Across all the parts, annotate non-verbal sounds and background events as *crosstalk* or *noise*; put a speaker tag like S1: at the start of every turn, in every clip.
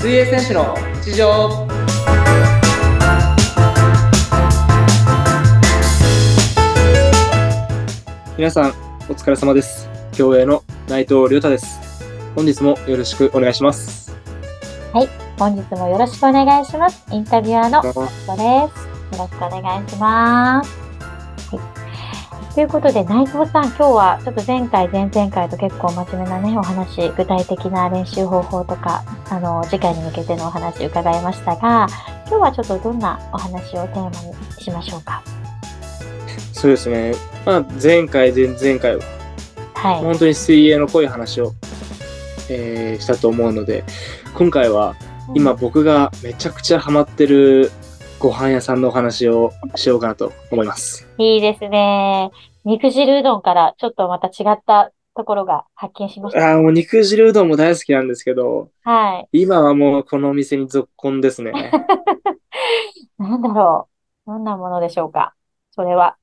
S1: 選手の日常皆さんお疲れ様です競泳の内藤亮太です本日もよろしくお願いします
S2: 本日もよろしくお願いします。インタビュアーの
S1: は
S2: 子です。よろしくお願いします。はいということで、内藤さん、今日はちょっと前回、前々回と結構真面目なね、お話、具体的な練習方法とか、あの、次回に向けてのお話伺いましたが、今日はちょっとどんなお話をテーマにしましょうか。
S1: そうですねまあ前回前々回
S2: はい。
S1: 本当に水泳の濃い話を、えーしたと思うので今回は今僕がめちゃくちゃハマってるご飯屋さんのお話をしようかなと思います
S2: いいですね。肉汁うどんからちょっとまた違ったところが発見しました。
S1: ああもう肉汁うどんも大好きなんですけど
S2: はい。
S1: 今はもうこのお店に続婚です
S2: *laughs*
S1: ね。
S2: なんだろう。どんなものでしょうか。それは。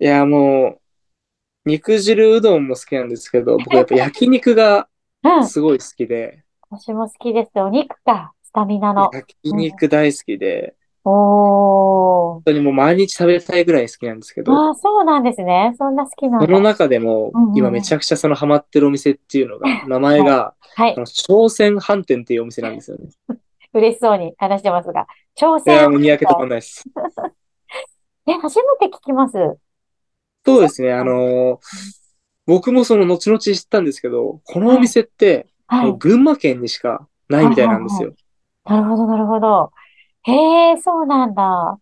S1: いや、もう、肉汁うどんも好きなんです
S2: *laughs*
S1: けど、僕やっぱ焼肉が
S2: うん。
S1: すごい好きで、
S2: 私も好きです。お肉か。スタミナの。
S1: 焼肉大好きで、
S2: おー。
S1: 本当にもう毎日食べたいぐらい好きなんですけど、
S2: ああ、そうなんですね。そんな好きな
S1: そ
S2: ん
S1: の
S2: だ。
S1: 中でも
S2: うんうんう、ん
S1: 今めちゃくちゃそのハマってるお店っていうの
S2: *laughs*
S1: が、名前が、
S2: はい
S1: あ。の、朝鮮飯店っていうお店なんですよ
S2: *laughs*
S1: ね。
S2: 嬉しそうに話してますが。朝
S1: いや、
S2: 鮮。
S1: もうにやけ止まんないです。
S2: え、初めて聞きます。
S1: そうですね、あのー僕もその後々知ったんですけど、このお店って、
S2: は
S1: も。
S2: いう
S1: 群馬県にしかないみたいなんですよ。
S2: なるほど、なるほど。へえ、そうなんだ。
S1: は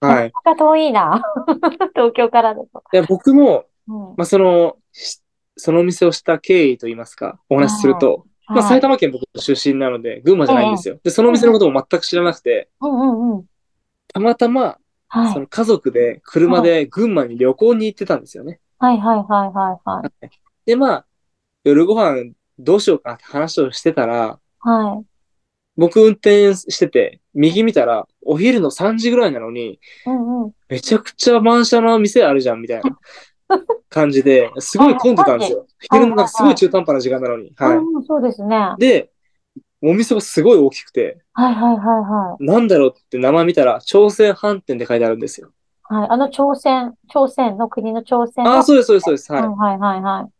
S1: い。
S2: なかなか遠いな。 *laughs* 東京からだと。
S1: で僕も、
S2: うん。
S1: まあ、その、しそのお店をした経緯といいますか、お話しすると、まあ、
S2: はい
S1: 埼玉県僕出身なので、群馬じゃないんですよ。で、そのお店のことも全く知らなくて、
S2: うんうんうん。
S1: たまたま、
S2: はい
S1: そ。の家族で車で群馬に旅行に行ってたんですよね。
S2: はいはいはいはいはい。
S1: で、まあ、夜ご飯どうしようかなって話をしてたら、
S2: はい。
S1: 僕運転してて、右見たら、お昼の3時ぐらいなのに、
S2: うんうん。
S1: めちゃくちゃ満車な店あるじゃん、みたいな感じで、すごい混んでたんですよ。
S2: はい
S1: 昼のなんかすごい中途半端な時間なのに。はい。
S2: うんうん、そうですね。はい
S1: で、お店がすごい大きくて、
S2: はいはいは
S1: なんだろうって名前見たら、朝鮮飯店って書いてあるんですよ。
S2: い。はい。あの朝鮮、朝鮮の国の朝鮮
S1: あ
S2: の
S1: あ、そうです、そうです、そうです。はい。
S2: はいはいはいはい。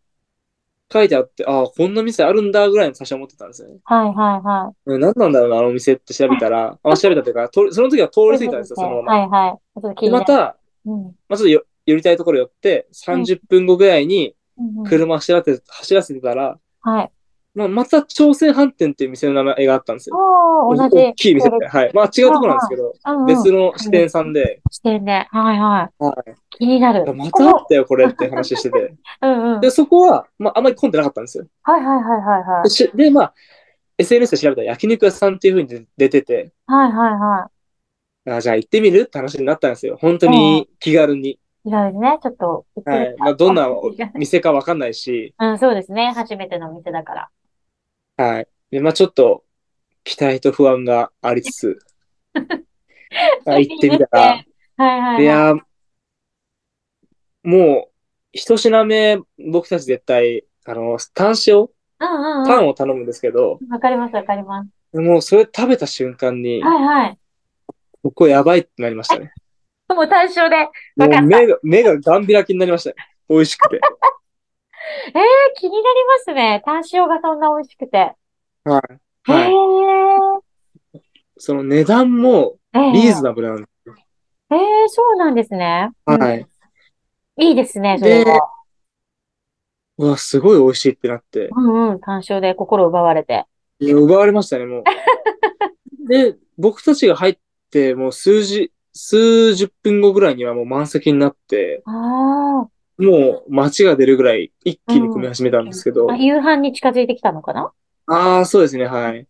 S1: 書いてあって、ああ、こんな店あるんだぐらいの最初思ってたんですよね。
S2: はいはいはい。
S1: うん何なんだろうな、あの店って調べたら、あ調べたというか、通りその時は通り過ぎたんですよ、そのまま。
S2: はいはい。ちょっと気
S1: で
S2: にな
S1: ま
S2: る。
S1: た、
S2: うん
S1: まあ、ちょっとよ寄りたいところ寄って、30分後ぐらいに
S2: うんうん
S1: 車走らせて、走らせてたら、
S2: はい。
S1: まあ、また朝鮮飯店っていう店の名前があったんですよ。
S2: おー、同じ。
S1: 大きい店で。はい。まあ違うところなんですけど、
S2: うんうん
S1: 別の支店さんで、
S2: 視点で。はいは
S1: はい
S2: い。気になる。
S1: またあったよ、これって話してて。
S2: うんうん。はい
S1: で、そこは、まあ、あんまり混んでなかったんですよ。
S2: はいはいはいは
S1: で
S2: い。
S1: しで、まあ、SNS で調べたら焼肉屋さんっていう風に出出てて、
S2: はいはいは
S1: あじゃあ行ってみるって話になったんですよ。本当に気軽に。
S2: い。いろいろね、ちょっと行ってみ
S1: は
S2: た。
S1: い。まあ、どんなお店かわかんないし、
S2: *laughs* うん、そうですね。初めてのお店だから。
S1: はい。で、まあ、ちょっと、期待と不安がありつつ、まあ行ってみたら、
S2: はいはいいはい。
S1: やー、もう、一品目、僕たち絶対、あの、タン塩、
S2: うんうん
S1: タ
S2: う
S1: ンを頼むんですけど、
S2: ん。わかりますわかります。
S1: もうそれ食べた瞬間に、
S2: はいはい。
S1: ここやばいってなりましたね。
S2: もう対象で。え
S1: も
S2: わ
S1: う
S2: かった
S1: 目が、目がガン開きになりましたね。美味しくて。
S2: ー、気になりますね。炭塩がそんな美味しくて。
S1: はい。
S2: へ
S1: はい。その値段も
S2: えー。
S1: リーズ
S2: だ。
S1: ナブルなんで
S2: えー、そうなんですね。
S1: す。
S2: うん
S1: はい。
S2: いいですね、それ
S1: で
S2: は。
S1: うわ、すごい美味しいってなって、
S2: うんうん、単勝で心奪われて。
S1: いや奪われましたね、
S2: *laughs*
S1: もう。で、僕たちが入って、もう数時、数十分後ぐらいにはもう満席になって、
S2: あ
S1: もう街が出るぐらい一気に混み始めたんですけど、
S2: あ、夕飯に近づいてきたのかな
S1: ああ、そうですね、はい。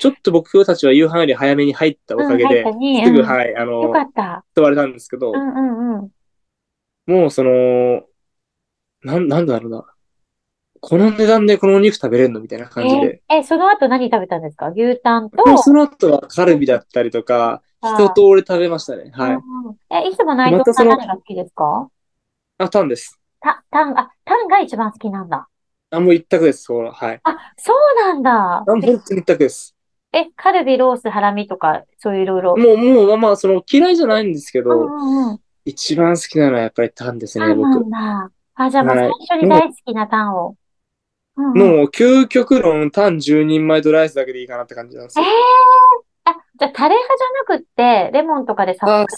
S1: ちょっと僕たちは夕飯より早めに入ったおかげで、
S2: うん、入ったね。
S1: すぐ、
S2: うん
S1: はい、あ
S2: よ
S1: の
S2: か、った。
S1: 座れたんですけど
S2: う、んうんうん。
S1: もうその、なん、なんだろうな。この値段でこのお肉食べれるのみたいな感じで。
S2: えーえ、その後何食べたんですか牛タンと、
S1: もうその後はカルビだったりとか、
S2: あー
S1: 一通り食べましたね。はい。
S2: うんうんえ、いつも内
S1: ま
S2: 藤
S1: た
S2: さ
S1: そ
S2: ん
S1: の
S2: 何が好きですか
S1: あ、タンです。
S2: た、タン、あ、タンが一番好きなんだ。
S1: あ、もう一択です。そこははい。
S2: あ、そうなんだ
S1: あ、。本当に一択です。
S2: え、カルビ、ロース、ハラミとか、そういういろいろ。
S1: もう、もう、まあまあ、その嫌いじゃないんですけ
S2: うん
S1: ど、
S2: うんうん。
S1: 一番好きなのはやっぱりタンです
S2: タ
S1: ね、
S2: ンな
S1: 僕。
S2: んだ。あ、じゃあもう
S1: はい
S2: 最初に大好きなタンを。うんうん。
S1: もう、究極論、タン10人前とライスだけでいいかなって感じなんです
S2: えー
S1: よ。
S2: あ、じゃあタレ派じゃなくって、レモンとかでさっ
S1: あ
S2: ぱ
S1: ー
S2: り。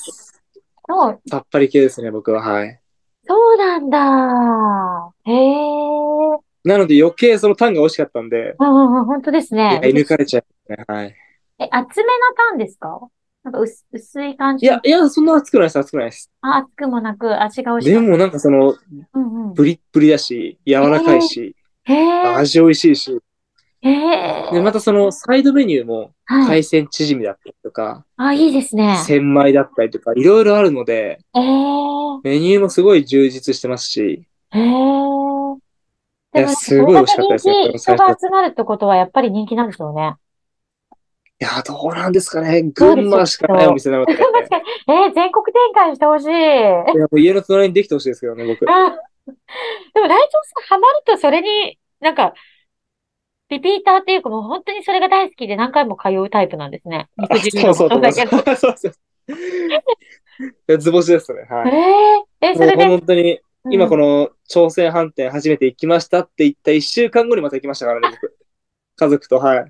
S2: そう、
S1: さっぱり系ですね、僕は。はい。
S2: そうなんだ。へえ。うん
S1: なので余計そのタンが美味しかったんで、
S2: うんうん、本当です
S1: い
S2: ね
S1: や。射抜かれちゃいましたね。はい。
S2: え、厚めなタンですかなんか薄、薄い感
S1: い
S2: じ。
S1: や、いや、そんな熱くないです、熱くないです。
S2: あ、厚くもなく味が美味し
S1: で
S2: かっ
S1: もなんかその、
S2: た。うんうん。
S1: プリップリだし、柔らかいし、
S2: へえ。
S1: 味美味しいし、
S2: へ
S1: で、
S2: え。
S1: またそのサイドメニューも、
S2: はい。
S1: 海鮮チヂミだったりとか、
S2: あ、いいですね。
S1: 千枚だったりとか、いろいろあるので、
S2: えー、
S1: メニューもすごい充実してますし、
S2: えー。
S1: いや
S2: でも、
S1: すごい美味しかったですね
S2: これだ
S1: こ
S2: け
S1: の
S2: 人
S1: 最初
S2: が集まるってことは、やっぱり人気なんでしょうね。
S1: いや、どうなんですかね。
S2: そう
S1: 群
S2: ですよ
S1: 馬しかないお店なので、
S2: 確かに、えー、全国展開してほしい。
S1: い
S2: *laughs*
S1: やもう家の隣にできてほしいですけどね、僕。
S2: あでも、ライチョウさんハマると、それに、なんか、リピーターっていうか、もう本当にそれが大好きで何回も通うタイプなんですね。
S1: あ
S2: 肉汁
S1: そうそうそう。そうそうそう。いや図星ですね。はい。
S2: えー、え、そ
S1: もう
S2: れで、
S1: 本当に、今こ
S2: の、
S1: の朝鮮飯店初めて行きましたって言った1週間後にまた行きましたからね、僕。家族と、はい。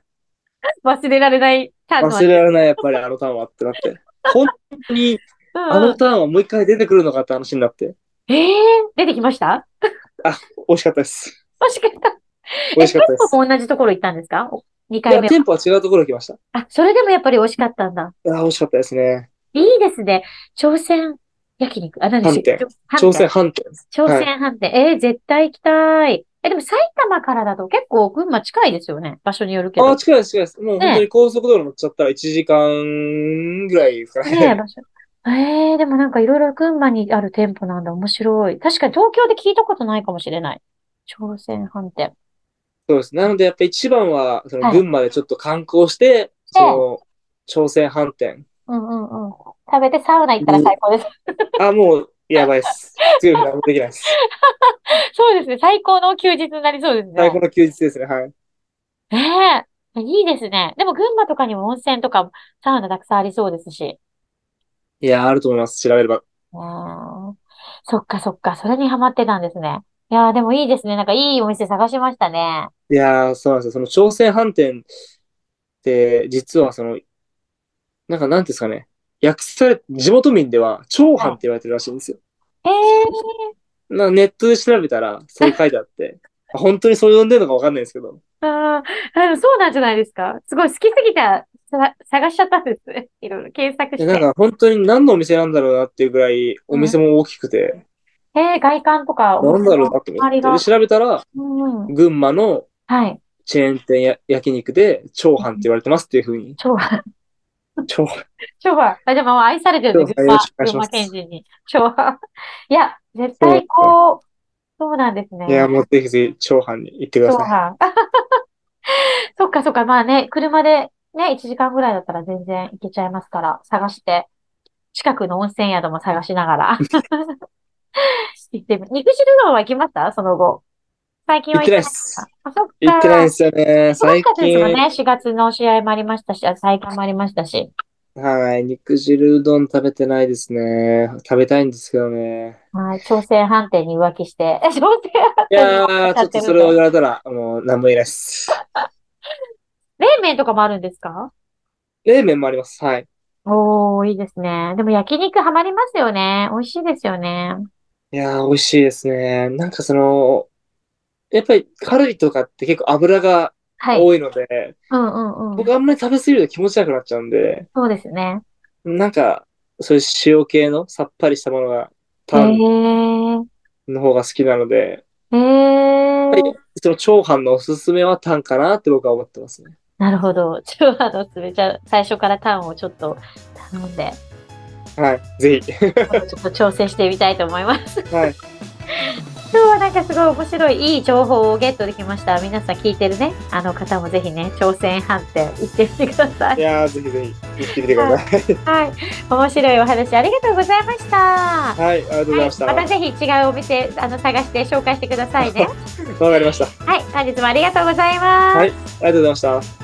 S2: 忘れられないターンの
S1: 忘れられない、やっぱりあのターンはってなって。本当に、
S2: うんうん
S1: あのターンはもう一回出てくるのかって話になって。
S2: えー、出てきました
S1: 美味しかったです。
S2: もしかしたら。
S1: 美味しかったです。
S2: *laughs* え、店舗も同じところ行ったんですか ?2
S1: い
S2: 回
S1: や、
S2: 目
S1: 店舗は違うところ来ました。
S2: あ、それでもやっぱり美味しかったんだ。
S1: いや、美味しかったですね。
S2: いいですね。朝鮮焼肉。あ、何でし
S1: 飯店朝鮮飯店です。
S2: 朝鮮飯店。えー絶対行きたい。え、でも埼玉からだと結構群馬近いですよね。場所によるけ
S1: あ
S2: ど
S1: あ、。近いです、近いです。もう本当に高速道路乗っちゃったら1時間ぐらいですかね。
S2: ねえ、場所。えーでもなんかいろいろ群馬にある店舗なんだ。面白い。確かに東京で聞いたことないかもしれない。朝鮮飯店。
S1: そうです。なので、やっぱ一番は、そ
S2: は
S1: の
S2: い
S1: 群馬でちょっと観光して、その、朝鮮飯店。
S2: うんうんうん。食べてサウナ行ったら最高です。
S1: あ、もう、やばいっす。強く何もできないです。
S2: そうですね。最高の休日になりそうですね。
S1: 最高の休日ですね。はい。
S2: ねえ、いいですね。でも群馬とかにも温泉とかサウナたくさんありそうですし。
S1: いやー、あると思います。調べれば。
S2: うーん。そっかそっか。それにハマってたんですね。いやーでもいいですね。なんかいいお店探しましたね。
S1: いやー、そうなんですよ。その朝鮮飯店って、実はその、なんか、なんていうんですかね。訳され、地元民では、長飯って言われてるらしいんですよ。
S2: へえ。
S1: なネットで調べたら、そう書いてあ *laughs* って、あ本当にそう呼んでるのかわかんないんですけど。
S2: あーでもそうなんじゃないですか。すごい好きすぎてさ探しちゃったんですね。 *laughs* いろいろ検索
S1: いや
S2: し
S1: なん
S2: て。
S1: か本当に何のお店なんだろうなっていうぐらい、お店も大きくて、
S2: へえ、外観とかお
S1: なんだろう
S2: 店
S1: なと思っ
S2: 周り
S1: て。
S2: が
S1: で、調べたら、
S2: のうん。
S1: 群馬の
S2: はい。
S1: チェーン店や焼肉で、長飯って言われてますっていうふうに。
S2: 昭和。
S1: 長飯。
S2: 昭和。あ、でももう愛されてる
S1: 昭和
S2: ね。群馬、
S1: よろしくお願いし
S2: 群馬
S1: ます
S2: 県人に。昭和。 *laughs* いや、絶対こう、そうなんですね。
S1: いや、もうぜひぜひ長飯に行ってくだ
S2: そう
S1: さ
S2: か。 *laughs* そっかそっか。まあね、車でね、1時間ぐらいだったら全然行けちゃいますから、探して、近くの温泉宿も探しながら。
S1: *laughs*
S2: 行ってみ、肉汁うどんは行きましたその後。最近
S1: い。行
S2: は
S1: ってないっ
S2: か
S1: す。
S2: なかった。あ、そっ
S1: 行ってないん
S2: か。
S1: ですよね。
S2: 忙し
S1: 最
S2: かったですもん
S1: 近、
S2: ね。4月の試合もありましたし、あ最近もありましたし。
S1: はい、肉汁うどん食べてないですね。食べたいんですけどね。
S2: はい、朝鮮飯店に浮気して。 *laughs* 朝鮮飯
S1: い
S2: 店に
S1: やー、ちょっとそれを言われたら、もう何も言えないです。
S2: 冷麺とかもあるんですか
S1: 冷麺もあります。はい。
S2: おー、いいですね。でも焼肉ハマりますよね。美味しいですよね。
S1: いやー、美味しいですね。なんかその、やっぱりカルビとかって結構油が
S2: はい。
S1: 多いので、
S2: うんうんうん。
S1: 僕あんまり食べ過ぎると気持ち悪くなっちゃうんで、
S2: そうですね。
S1: なんか、そういう塩系のさっぱりしたものが、
S2: へ
S1: タン
S2: ー
S1: の方が好きなので、
S2: へー
S1: その長飯のおすすめはタンかなって僕は思ってますね。
S2: なるほど。ちょっとあの、すめちゃ、最初からターンをちょっと頼
S1: *laughs*
S2: んで、
S1: はい。ぜ *laughs* ひ。
S2: ちょっと調整してみたいと思います。
S1: はい。
S2: *laughs* 今日はなんかすごい面白い、いい情報をゲットできました。皆さん聞いてるね、あの方もぜひね、朝鮮飯店行ってみてくださ
S1: い
S2: い。
S1: やー、ぜひぜひ、行ってみてください。
S2: はい。面白いお話ありがとうございました。は
S1: はい、ありがとうございました。
S2: またぜひ違うお店、あの、探し
S1: *laughs*
S2: て紹介してくださいね。
S1: わかりました。
S2: はい。本日もありがとうございます。
S1: はいありがとうございました。